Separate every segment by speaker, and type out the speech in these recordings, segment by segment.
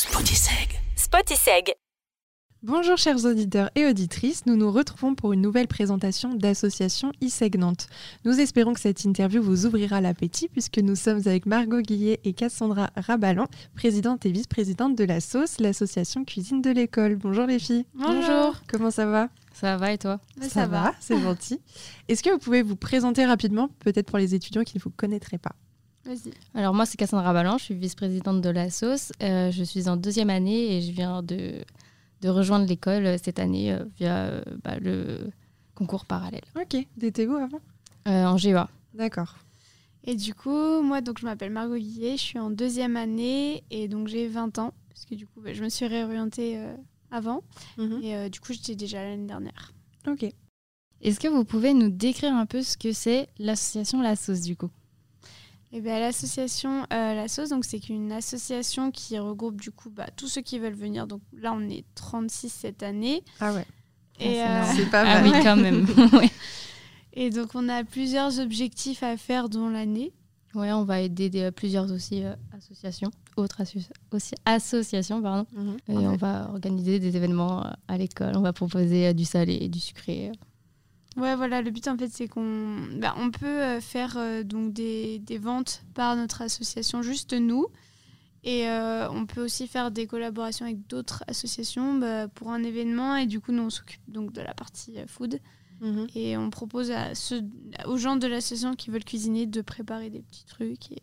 Speaker 1: Spotiseg.
Speaker 2: Spotiseg.
Speaker 3: Bonjour chers auditeurs et auditrices, nous nous retrouvons pour une nouvelle présentation d'association ISEG Nantes. Nous espérons que cette interview vous ouvrira l'appétit puisque nous sommes avec Margot Guillet et Cassandra Rabalan, présidente et vice-présidente de la Sauce, l'association cuisine de l'école. Bonjour les filles.
Speaker 4: Bonjour. Bah,
Speaker 3: Comment ça va
Speaker 4: Ça va et toi
Speaker 3: ça, va, c'est gentil. Est-ce que vous pouvez vous présenter rapidement, peut-être pour les étudiants qui ne vous connaîtraient pas
Speaker 4: Vas-y. Alors moi c'est Cassandra Ballant, je suis vice-présidente de la sauce. Euh, je suis en deuxième année et je viens de, de rejoindre l'école euh, cette année euh, via euh, bah, le concours parallèle
Speaker 3: Ok, d'étiez vous avant
Speaker 4: euh, en GEA.
Speaker 3: D'accord.
Speaker 5: Et du coup, moi, donc, je m'appelle Margot Guillet, je suis en deuxième année et donc j'ai 20 ans, parce que du coup, bah, je me suis réorientée euh, avant
Speaker 3: Mhm.
Speaker 5: et euh, du coup, j'étais déjà l'année dernière.
Speaker 3: Ok.
Speaker 4: Est-ce que vous pouvez nous décrire un peu ce que c'est l'association La Sauce du coup
Speaker 5: Et bien, l'association euh, La Sauce, donc, c'est une association qui regroupe du coup bah, tous ceux qui veulent venir. Donc là, on est 36 cette année.
Speaker 3: Ah ouais,
Speaker 4: c'est
Speaker 5: Et, euh,
Speaker 4: énorme.
Speaker 3: c'est pas
Speaker 4: Ah
Speaker 3: mal.
Speaker 4: oui quand même. ouais.
Speaker 5: et donc, on a plusieurs objectifs à faire dans l'année.
Speaker 4: Ouais, on va aider des- plusieurs aussi euh, associations, autres associ- aussi associations pardon.
Speaker 3: Mhm.
Speaker 4: Et on va organiser des événements euh, à l'école. On va proposer euh, du salé, et du sucré.
Speaker 5: Ouais, voilà, le but en fait, c'est qu'on bah, on peut euh, faire euh, donc des, des ventes par notre association, juste nous. Et euh, on peut aussi faire des collaborations avec d'autres associations bah, pour un événement. Et du coup, nous, on s'occupe donc de la partie euh, food.
Speaker 3: Mhm.
Speaker 5: Et on propose à ceux, aux gens de l'association qui veulent cuisiner de préparer des petits trucs. Et,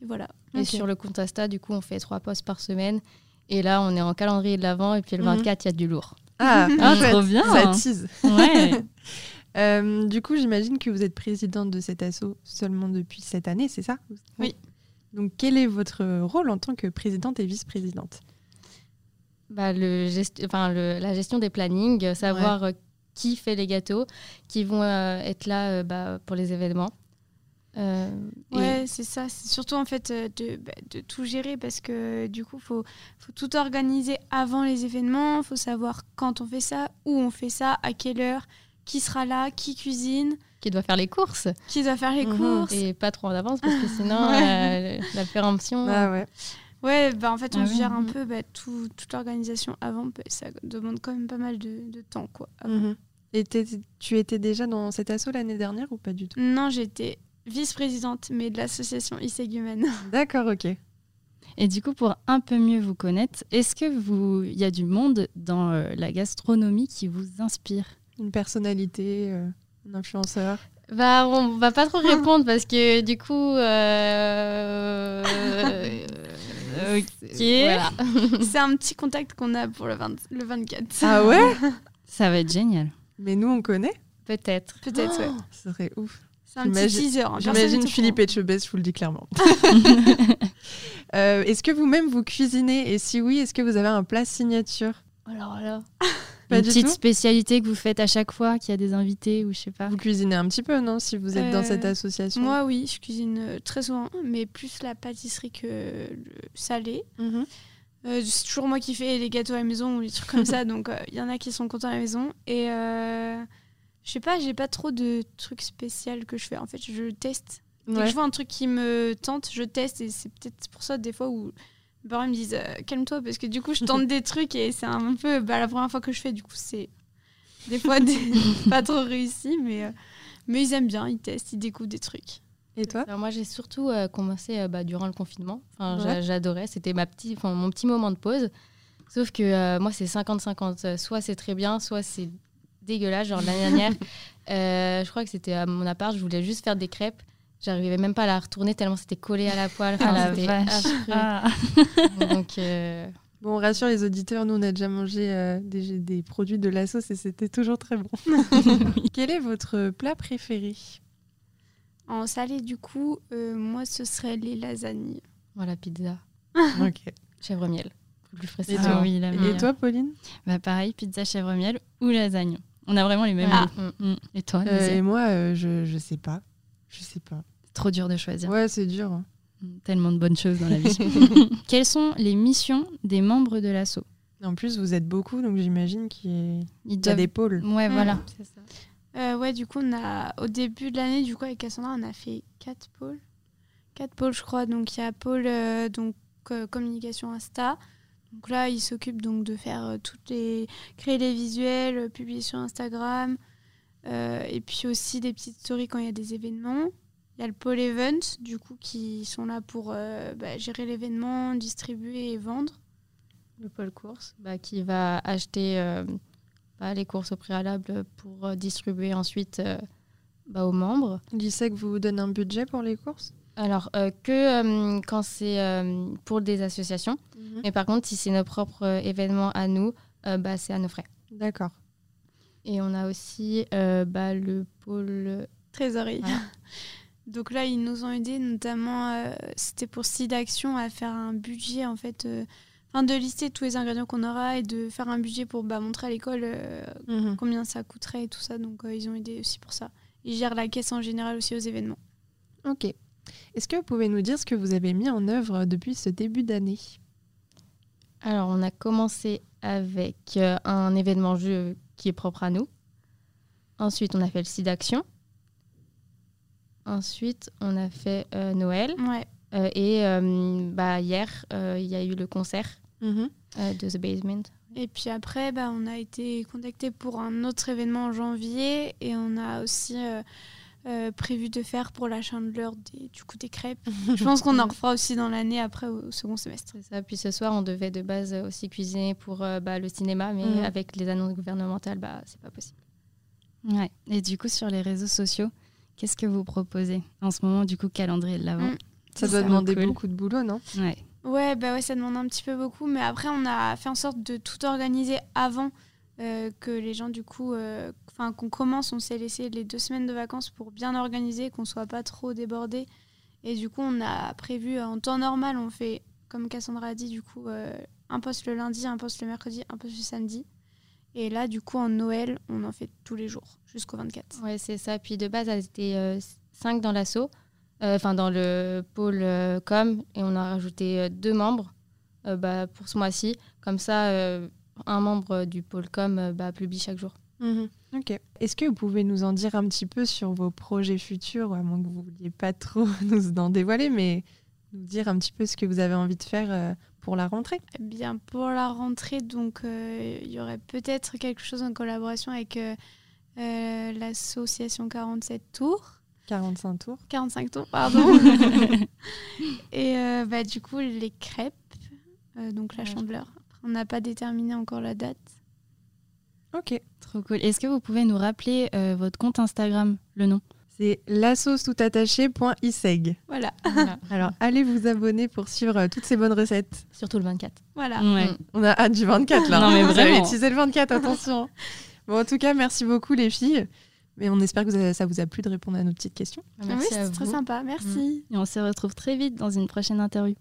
Speaker 5: et voilà.
Speaker 4: Et
Speaker 3: Ok.
Speaker 4: sur le compte Insta, du coup, on fait trois posts par semaine. Et là, on est en calendrier de l'avant. Et puis le
Speaker 3: Mhm.
Speaker 4: 24, il y a du lourd.
Speaker 3: Ah,
Speaker 4: Ah,
Speaker 3: chouette.
Speaker 4: trop bien.
Speaker 3: Ça tease.
Speaker 6: hein. Eh
Speaker 4: Ouais.
Speaker 3: Euh, du coup, j'imagine que vous êtes présidente de cet asso seulement depuis cette année, c'est ça
Speaker 5: Oui.
Speaker 3: Donc, quel est votre rôle en tant que présidente et vice-présidente
Speaker 4: bah, le gest- enfin, le- la gestion des plannings, euh, savoir euh, qui fait les gâteaux, qui vont euh, être là euh, bah, pour les événements. Euh, et-
Speaker 5: Ouais, c'est ça. C'est surtout en fait euh, de, bah, de tout gérer parce que du coup, faut, faut tout organiser avant les événements. faut savoir quand on fait ça, où on fait ça, à quelle heure, qui sera là, qui cuisine,
Speaker 4: qui doit faire les courses.
Speaker 5: qui doit faire les
Speaker 3: Mhm.
Speaker 5: courses.
Speaker 4: Et pas trop en avance parce que sinon, euh, la péremption.
Speaker 3: Ah ouais.
Speaker 5: Ouais, bah, en fait, on
Speaker 4: Ah ouais,
Speaker 5: gère un
Speaker 4: mhm.
Speaker 5: peu bah, tout- toute l'organisation avant. bah, ça demande quand même pas mal de, de temps. quoi.
Speaker 3: Mhm. Et t'es- tu étais déjà dans cet asso l'année dernière ou pas du tout
Speaker 5: Non, j'étais vice-présidente, mais de l'association Isségumen.
Speaker 3: D'accord, ok.
Speaker 4: Et du coup, pour un peu mieux vous connaître, est-ce que vous, il y a du monde dans euh, la gastronomie qui vous inspire
Speaker 3: Une personnalité, euh, un influenceur.
Speaker 4: Bah, on va pas trop répondre parce que du coup. euh, euh, Ok.
Speaker 3: Voilà.
Speaker 5: c'est un petit contact qu'on a pour le, 20 le 24.
Speaker 3: Ah ouais
Speaker 6: Ça va être génial.
Speaker 3: Mais nous, on connaît.
Speaker 4: Peut-être.
Speaker 5: Peut-être, ouais.
Speaker 3: Oh, Ce serait ouf.
Speaker 5: C'est un petit
Speaker 3: J'imagine-
Speaker 5: teaser. hein, personne n'est
Speaker 3: J'imagine
Speaker 5: au
Speaker 3: Philippe
Speaker 5: courant.
Speaker 3: Etchebest, je vous le dis clairement. Euh, est-ce que vous-même vous cuisinez Et si oui, est-ce que vous avez un plat signature
Speaker 4: Alors là.
Speaker 3: Pas
Speaker 4: Une
Speaker 3: du
Speaker 4: petite
Speaker 3: tout
Speaker 4: spécialité que vous faites à chaque fois qu'il y a des invités ou je sais pas.
Speaker 3: Vous cuisinez un petit peu, non Si vous êtes dans
Speaker 5: Euh,
Speaker 3: cette association.
Speaker 5: Moi, oui, je cuisine euh, très souvent, mais plus la pâtisserie que le salé.
Speaker 3: Mhm.
Speaker 5: Euh, c'est toujours moi qui fais les gâteaux à la maison ou les trucs comme ça, donc il y en a qui sont contents à la maison. Et euh, je sais pas, j'ai pas trop de trucs spéciaux que je fais. En fait, je teste. Dès que
Speaker 3: Ouais.
Speaker 5: je vois un truc qui me tente, je teste, et c'est peut-être pour ça des fois où mes parents me disent euh, calme-toi, parce que du coup, je tente des trucs et c'est un peu bah, la première fois que je fais, du coup, c'est des fois des- pas trop réussi, mais, euh, mais ils aiment bien, ils testent, ils découvrent des trucs.
Speaker 3: Et toi
Speaker 4: Alors moi j'ai surtout euh, commencé euh, bah, durant le confinement. Enfin, j'a-
Speaker 3: Ouais.
Speaker 4: J'adorais, c'était ma petit, enfin, mon petit moment de pause. Sauf que euh, moi c'est 50-50. Euh, Soit c'est très bien, soit c'est dégueulasse. Genre l'année dernière, euh, je crois que c'était à mon appart, je voulais juste faire des crêpes. J'arrivais même pas à la retourner tellement c'était collé à la poêle. Enfin,
Speaker 6: Ah, la
Speaker 4: c'était
Speaker 6: vache.
Speaker 4: affreux.
Speaker 6: Ah.
Speaker 4: Donc euh,
Speaker 3: Bon, on rassure les auditeurs, nous on a déjà mangé euh, des, des produits de la sauce et c'était toujours très bon. Quel est votre plat préféré
Speaker 5: En salé, du coup, euh, moi, ce serait les lasagnes.
Speaker 4: voilà pizza,
Speaker 3: Ok. Euh,
Speaker 4: chèvre miel, plus frais.
Speaker 3: Et
Speaker 4: ça.
Speaker 3: toi
Speaker 6: ah oui, la
Speaker 3: Et
Speaker 6: meilleure.
Speaker 3: toi, Pauline
Speaker 6: Bah pareil, pizza chèvre miel ou lasagne. On a vraiment les mêmes
Speaker 4: Ah.
Speaker 6: goûts. Mm. Et toi,
Speaker 3: Euh,
Speaker 6: Nadia
Speaker 3: Et moi, euh, je, je sais pas. Je sais pas.
Speaker 6: Trop dur de choisir.
Speaker 3: Ouais, c'est dur. hein.
Speaker 6: Mm, Tellement de bonnes choses dans la vie. Quelles sont les missions des membres de l'asso
Speaker 3: En plus, vous êtes beaucoup, donc j'imagine qu'il y a-
Speaker 6: Ils
Speaker 3: il y a
Speaker 6: doivent-
Speaker 3: des pôles.
Speaker 6: Ouais,
Speaker 5: Mm.
Speaker 6: voilà.
Speaker 5: Euh, ouais, du coup, on a, au début de l'année, du coup, avec Cassandra, on a fait quatre pôles. Quatre pôles, je crois. Donc, il y a pôle euh, donc, euh, communication Insta. Donc là, il s'occupe donc de faire euh, toutes les créer les visuels, euh, publier sur Instagram, euh, et puis aussi des petites stories quand il y a des événements. Il y a le pôle event du coup qui sont là pour euh, bah, gérer l'événement, distribuer et vendre.
Speaker 4: le pôle course, bah, qui va acheter euh, bah, les courses au préalable pour euh, distribuer ensuite euh, bah, aux membres.
Speaker 3: L'ISEC vous donne un budget pour les courses
Speaker 4: Alors, euh, que euh, quand c'est euh, pour des associations, mais par contre, si c'est nos propres euh, événements à nous, euh, bah, c'est à nos frais.
Speaker 3: D'accord.
Speaker 4: Et on a aussi euh, bah, le pôle.
Speaker 5: Trésorerie.
Speaker 4: Voilà.
Speaker 5: Donc là, ils nous ont aidés, notamment, euh, c'était pour Seed Action à faire un budget, en fait, euh, enfin, de lister tous les ingrédients qu'on aura et de faire un budget pour bah, montrer à l'école euh,
Speaker 3: Mhm. Mmh.
Speaker 5: combien ça coûterait et tout ça. Donc euh, ils ont aidé aussi pour ça. Ils gèrent la caisse en général aussi aux événements.
Speaker 3: Ok. Est-ce que vous pouvez nous dire ce que vous avez mis en œuvre depuis ce début d'année
Speaker 4: Alors, on a commencé avec euh, un événement jeu qui est propre à nous. Ensuite, on a fait le site d'action. Ensuite, on a fait euh, Noël.
Speaker 5: Ouais.
Speaker 4: Euh, et euh, bah, hier, euh, il y a eu le concert
Speaker 3: Mhm.
Speaker 4: euh, de The Basement.
Speaker 5: Et puis après, bah, on a été contacté pour un autre événement en janvier et on a aussi euh, euh, prévu de faire pour la chandeleur des, du coup des crêpes. Je pense qu'on en refera aussi dans l'année après au, au second semestre.
Speaker 4: C'est ça. Puis ce soir, on devait de base euh, aussi cuisiner pour euh, bah, le cinéma, mais
Speaker 3: Mhm.
Speaker 4: avec les annonces gouvernementales, bah, c'est pas possible.
Speaker 6: Ouais. Et du coup, sur les réseaux sociaux, qu'est-ce que vous proposez En ce moment, du coup, calendrier de l'avant.
Speaker 3: Ça
Speaker 6: C'est
Speaker 3: doit demander
Speaker 6: cool.
Speaker 3: beaucoup de boulot, non
Speaker 6: Ouais.
Speaker 5: Ouais, bah ouais, ça demande un petit peu beaucoup, mais après on a fait en sorte de tout organiser avant euh, que les gens du coup, euh, enfin qu'on commence, on s'est laissé les deux semaines de vacances pour bien organiser, qu'on soit pas trop débordé. Et du coup, on a prévu euh, en temps normal, on fait comme Cassandra a dit, du coup euh, un poste le lundi, un poste le mercredi, un poste le samedi. Et là, du coup, en Noël, on en fait tous les jours jusqu'au 24.
Speaker 4: Ouais, c'est ça. Puis de base, elles étaient 5 dans l'assaut, euh, enfin dans le pôle euh, com, et on a rajouté euh, deux membres euh, bah, pour ce mois-ci. Comme ça, euh, un membre euh, du pôle com euh, bah, publie chaque jour.
Speaker 6: Mhm.
Speaker 3: Ok. Est-ce que vous pouvez nous en dire un petit peu sur vos projets futurs, à moins que vous vouliez pas trop nous en dévoiler, mais nous dire un petit peu ce que vous avez envie de faire euh, pour la rentrée
Speaker 5: Eh bien, pour la rentrée, donc, euh, il y aurait peut-être quelque chose en collaboration avec euh, euh, l'association 47 Tours.
Speaker 3: 45 tours.
Speaker 5: 45 Tours, pardon. Et euh, bah, du coup, les crêpes, euh, donc la
Speaker 4: Ouais.
Speaker 5: chandeleur. Après, On n'a pas déterminé encore la date.
Speaker 3: Ok.
Speaker 6: Trop cool. Est-ce que vous pouvez nous rappeler euh, votre compte Instagram, le nom
Speaker 3: C'est lassostoutattaché.iseg.
Speaker 5: Voilà.
Speaker 4: Voilà.
Speaker 3: Alors E allez vous abonner pour suivre euh, toutes ces bonnes recettes.
Speaker 4: Surtout le 24.
Speaker 5: voilà.
Speaker 6: Ouais.
Speaker 3: On a hâte du 24 là.
Speaker 6: Non, mais
Speaker 3: vous avez
Speaker 6: vraiment.
Speaker 3: utilisé le 24, attention. bon en tout cas, merci beaucoup les filles. Mais on espère que vous avez- ça vous a plu de répondre à nos petites questions.
Speaker 5: Ah oui,
Speaker 4: Merci à
Speaker 5: c'était très
Speaker 4: vous.
Speaker 5: sympa. Merci.
Speaker 6: Et on se retrouve très vite dans une prochaine interview.